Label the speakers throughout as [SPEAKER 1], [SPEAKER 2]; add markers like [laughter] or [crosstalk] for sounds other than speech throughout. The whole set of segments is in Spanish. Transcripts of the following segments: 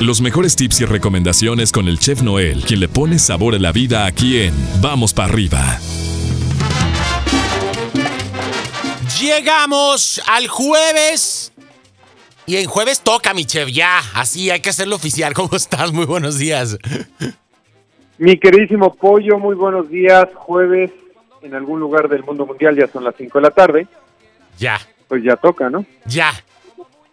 [SPEAKER 1] Los mejores tips y recomendaciones con el chef Noel, quien le pone sabor a la vida aquí en Vamos para arriba.
[SPEAKER 2] Llegamos al jueves. Y en jueves toca, mi chef, ya. Así hay que hacerlo oficial. [laughs] ¿Cómo estás? Muy buenos días.
[SPEAKER 3] Mi queridísimo Pollo, muy buenos días. Jueves en algún lugar del mundo mundial ya son las 5 de la tarde.
[SPEAKER 2] Ya,
[SPEAKER 3] Pues ya toca, ¿no?
[SPEAKER 2] ya.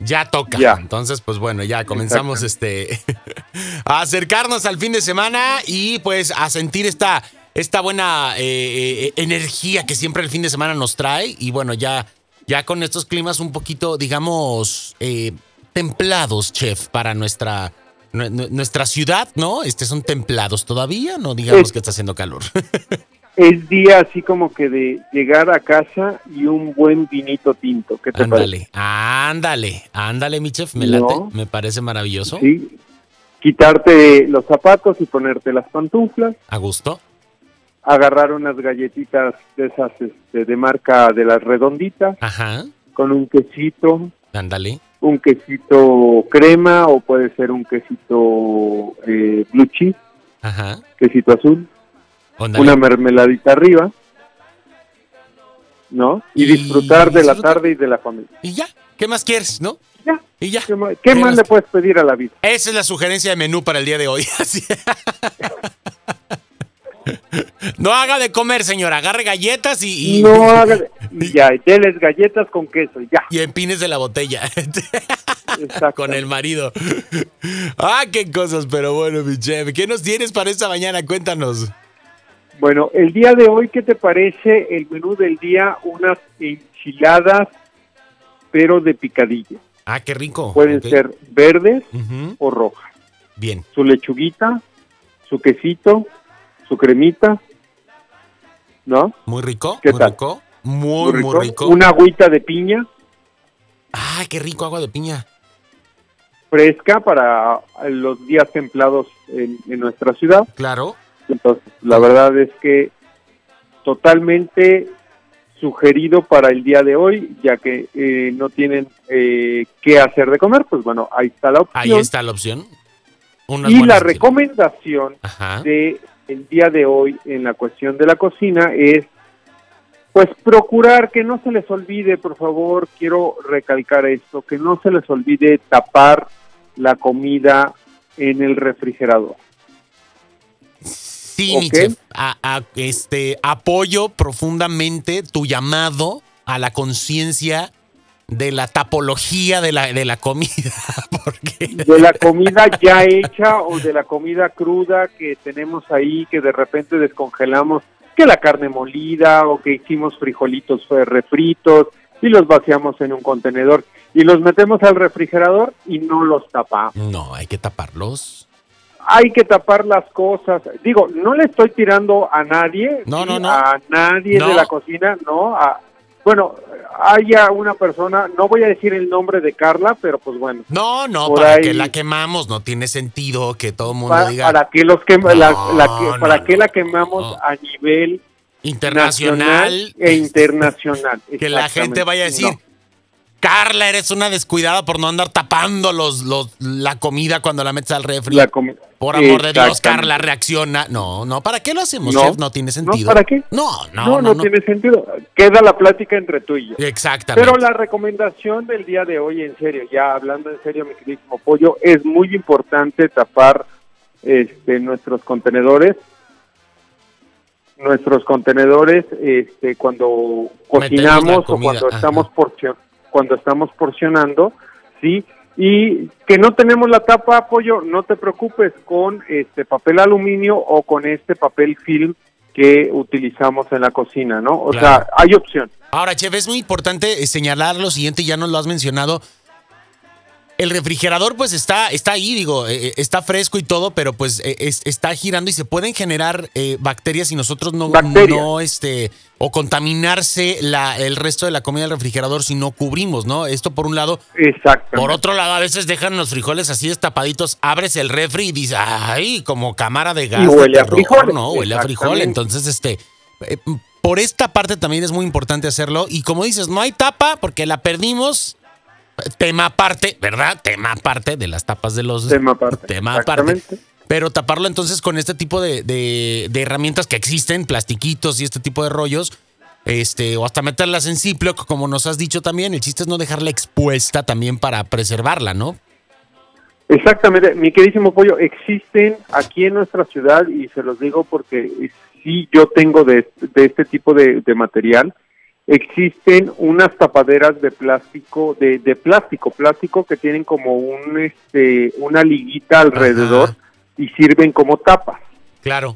[SPEAKER 2] Ya toca.
[SPEAKER 3] Ya.
[SPEAKER 2] Entonces, pues bueno, ya comenzamos este [laughs] a acercarnos al fin de semana y pues a sentir esta, esta buena eh, eh, energía que siempre el fin de semana nos trae. Y bueno, ya, ya con estos climas un poquito, digamos, eh, templados, chef, para nuestra, nue- nue- nuestra ciudad, ¿no? Este son templados todavía, no digamos
[SPEAKER 3] Sí.
[SPEAKER 2] que está haciendo calor.
[SPEAKER 3] Es día así como que de llegar a casa y un buen vinito tinto. ¿Qué te
[SPEAKER 2] Ándale, ándale, ándale, mi chef, me late,
[SPEAKER 3] No.
[SPEAKER 2] me parece maravilloso,
[SPEAKER 3] parece? Sí. Quitarte los zapatos y ponerte las pantuflas.
[SPEAKER 2] a gusto.
[SPEAKER 3] Agarrar unas galletitas de esas este, de marca de las redonditas
[SPEAKER 2] Ajá,
[SPEAKER 3] con un quesito,
[SPEAKER 2] ándale,
[SPEAKER 3] un quesito crema o puede ser un quesito eh, blue cheese,
[SPEAKER 2] ajá,
[SPEAKER 3] quesito azul.
[SPEAKER 2] ándale.
[SPEAKER 3] una mermeladita arriba, ¿no? Y,
[SPEAKER 2] Y
[SPEAKER 3] disfrutar de la
[SPEAKER 2] disfruta.
[SPEAKER 3] tarde y de la familia.
[SPEAKER 2] Y ya, ¿qué más quieres, no?
[SPEAKER 3] Ya.
[SPEAKER 2] Y ya.
[SPEAKER 3] ¿Qué ma- ¿Qué más le puedes pedir a la vida?
[SPEAKER 2] Esa es la sugerencia de menú para el día de hoy. [laughs] así. no haga de comer, señora, agarre galletas y, y,
[SPEAKER 3] No hagas...
[SPEAKER 2] [laughs]
[SPEAKER 3] y Ya, y deles galletas con queso, ya.
[SPEAKER 2] y empines de la botella. [laughs]
[SPEAKER 3] Exacto.
[SPEAKER 2] con el marido. ah, qué cosas, pero bueno, mi chef. ¿Qué nos tienes para esta mañana? Cuéntanos.
[SPEAKER 3] Bueno, el día de hoy, ¿qué te parece el menú del día? Unas enchiladas, pero de picadillo.
[SPEAKER 2] Ah, qué rico.
[SPEAKER 3] Pueden
[SPEAKER 2] Ok.
[SPEAKER 3] ser verdes
[SPEAKER 2] Ujú,
[SPEAKER 3] o rojas.
[SPEAKER 2] Bien.
[SPEAKER 3] Su lechuguita, su quesito, su cremita, ¿no?
[SPEAKER 2] Muy rico.
[SPEAKER 3] ¿Qué
[SPEAKER 2] muy
[SPEAKER 3] tal?
[SPEAKER 2] rico. Muy, muy rico.
[SPEAKER 3] Una agüita de piña.
[SPEAKER 2] Ah, qué rico agua de piña.
[SPEAKER 3] fresca para los días templados en, en nuestra ciudad.
[SPEAKER 2] Claro.
[SPEAKER 3] Entonces, la verdad es que totalmente sugerido para el día de hoy, ya que eh, no tienen eh, qué hacer de comer, pues bueno, ahí está la
[SPEAKER 2] Ahí
[SPEAKER 3] opción.
[SPEAKER 2] está la opción. Unas
[SPEAKER 3] y la
[SPEAKER 2] buenas-
[SPEAKER 3] recomendación
[SPEAKER 2] Ajá.
[SPEAKER 3] de el día de hoy en la cuestión de la cocina es pues procurar que no se les olvide, por favor, quiero recalcar esto, que no se les olvide tapar la comida en el refrigerador.
[SPEAKER 2] Sí, mi
[SPEAKER 3] Ok.
[SPEAKER 2] chef. A- a- este, apoyo profundamente tu llamado a la conciencia de la tapología de la, de la comida. [laughs] Porque
[SPEAKER 3] De la comida ya hecha o de la comida cruda que tenemos ahí, que de repente descongelamos, que la carne molida o que hicimos frijolitos eh, refritos y los vaciamos en un contenedor y los metemos al refrigerador y no los tapamos.
[SPEAKER 2] no, hay que taparlos.
[SPEAKER 3] hay que tapar las cosas. Digo, no le estoy tirando a nadie,
[SPEAKER 2] No,
[SPEAKER 3] ¿sí?
[SPEAKER 2] no, no.
[SPEAKER 3] a nadie
[SPEAKER 2] No.
[SPEAKER 3] de la cocina, no. A, bueno, haya una persona, no voy a decir el nombre de Carla, pero pues bueno,
[SPEAKER 2] No, no,
[SPEAKER 3] Por
[SPEAKER 2] para
[SPEAKER 3] ahí-
[SPEAKER 2] que la quemamos. No tiene sentido que todo el mundo
[SPEAKER 3] para,
[SPEAKER 2] diga
[SPEAKER 3] para que los quem- la-
[SPEAKER 2] No,
[SPEAKER 3] la que-
[SPEAKER 2] no,
[SPEAKER 3] para
[SPEAKER 2] no,
[SPEAKER 3] que la quemamos
[SPEAKER 2] no.
[SPEAKER 3] a nivel
[SPEAKER 2] internacional. Este,
[SPEAKER 3] nacional e internacional.
[SPEAKER 2] [laughs] que la gente vaya a decir,
[SPEAKER 3] No.
[SPEAKER 2] Carla, eres una descuidada por no andar tapando los, los, la comida cuando la metes al refri.
[SPEAKER 3] La comi-
[SPEAKER 2] por amor de Dios,
[SPEAKER 3] Exactamente.
[SPEAKER 2] Carla, reacciona. No, no, ¿para qué lo hacemos,
[SPEAKER 3] No.
[SPEAKER 2] chef? No tiene sentido.
[SPEAKER 3] ¿para qué?
[SPEAKER 2] No, no,
[SPEAKER 3] No,
[SPEAKER 2] no. no.
[SPEAKER 3] tiene sentido. Queda la plática entre tú y yo.
[SPEAKER 2] Exactamente.
[SPEAKER 3] Pero la recomendación del día de hoy, en serio, ya hablando en serio, mi queridísimo pollo, es muy importante tapar este, nuestros contenedores. Nuestros contenedores, este, cuando
[SPEAKER 2] Metemos la
[SPEAKER 3] cocinamos o
[SPEAKER 2] comida,
[SPEAKER 3] cuando
[SPEAKER 2] ajá.
[SPEAKER 3] estamos, porcio- cuando estamos porcionando, ¿sí? Y que no tenemos la tapa, pollo, no te preocupes con este papel aluminio o con este papel film que utilizamos en la cocina, ¿no? O
[SPEAKER 2] Claro.
[SPEAKER 3] sea, hay opción.
[SPEAKER 2] Ahora, chef, es muy importante eh, señalar lo siguiente, ya nos lo has mencionado. El refrigerador, pues está, está ahí, digo, eh, eh, está fresco y todo, pero pues eh, es- está girando y se pueden generar eh, bacterias y nosotros no,
[SPEAKER 3] Bacterias.
[SPEAKER 2] no, este, o contaminarse la- el resto de la comida del refrigerador si no cubrimos, ¿no? Esto por un lado.
[SPEAKER 3] Exacto.
[SPEAKER 2] Por otro lado, a veces dejan los frijoles así destapaditos, abres el refri y dices, ay, como cámara de gas.
[SPEAKER 3] Y
[SPEAKER 2] de
[SPEAKER 3] huele a
[SPEAKER 2] terror",
[SPEAKER 3] frijol,
[SPEAKER 2] No, huele a frijol.
[SPEAKER 3] exactamente.
[SPEAKER 2] Entonces, este, eh, por esta parte también es muy importante hacerlo. Y como dices, no hay tapa porque la perdimos. Tema aparte, ¿verdad? Tema aparte de las tapas de los.
[SPEAKER 3] Tema aparte.
[SPEAKER 2] Tema aparte. Pero taparlo entonces con este tipo de, de- de herramientas que existen, plastiquitos y este tipo de rollos, este, o hasta meterlas en Ziploc, como nos has dicho también. El chiste es no dejarla expuesta también para preservarla, ¿no?
[SPEAKER 3] Exactamente, mi queridísimo pollo, existen aquí en nuestra ciudad y se los digo porque sí yo tengo de, de este tipo de, de material, existen unas tapaderas de plástico, de, de plástico, plástico que tienen como un, este, una liguita alrededor
[SPEAKER 2] Ajá.
[SPEAKER 3] y sirven como tapas.
[SPEAKER 2] Claro.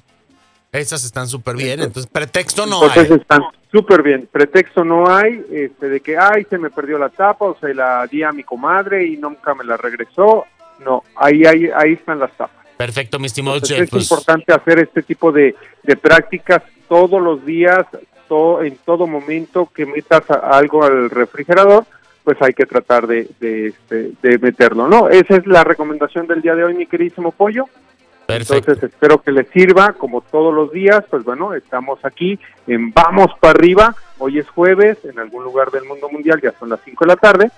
[SPEAKER 2] Esas están súper bien. Entonces, pretexto no hay.
[SPEAKER 3] Entonces están súper bien. Pretexto no hay este, de que, ay, se me perdió la tapa o se la di a mi comadre y nunca me la regresó. No, ahí, ahí, ahí están las tapas.
[SPEAKER 2] Perfecto, mi estimado
[SPEAKER 3] Entonces,
[SPEAKER 2] Jeff,
[SPEAKER 3] es
[SPEAKER 2] pues,
[SPEAKER 3] importante hacer este tipo de, de prácticas todos los días, to- en todo momento que metas a- algo al refrigerador, pues hay que tratar de, de, este, de meterlo, ¿no? Esa es la recomendación del día de hoy, mi queridísimo pollo.
[SPEAKER 2] perfecto.
[SPEAKER 3] Entonces espero que les sirva, como todos los días, pues bueno, estamos aquí en Vamos para arriba, hoy es jueves, en algún lugar del mundo mundial, ya son las 5 de la tarde,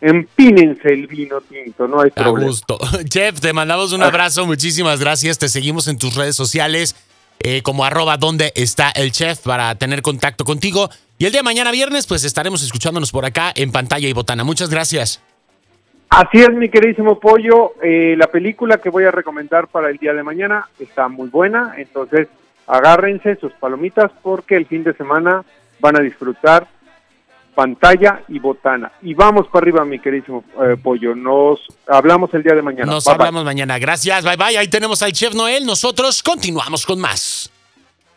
[SPEAKER 3] empínense el vino tinto, no hay
[SPEAKER 2] A
[SPEAKER 3] problema.
[SPEAKER 2] gusto. [laughs] Jeff, te mandamos un
[SPEAKER 3] Ah.
[SPEAKER 2] abrazo, muchísimas gracias. Te seguimos en tus redes sociales eh, como arroba donde está el chef para tener contacto contigo. Y el día de mañana viernes, pues estaremos escuchándonos por acá en pantalla y botana. Muchas gracias.
[SPEAKER 3] Así es, mi queridísimo Pollo. Eh, la película que voy a recomendar para el día de mañana está muy buena, entonces agárrense sus palomitas porque el fin de semana van a disfrutar pantalla y botana. Y vamos para arriba, mi queridísimo eh, Pollo. Nos hablamos el día de mañana.
[SPEAKER 2] Nos
[SPEAKER 3] Bye, bye.
[SPEAKER 2] hablamos mañana. Gracias, bye bye. Ahí tenemos al Chef Noel. Nosotros continuamos con más.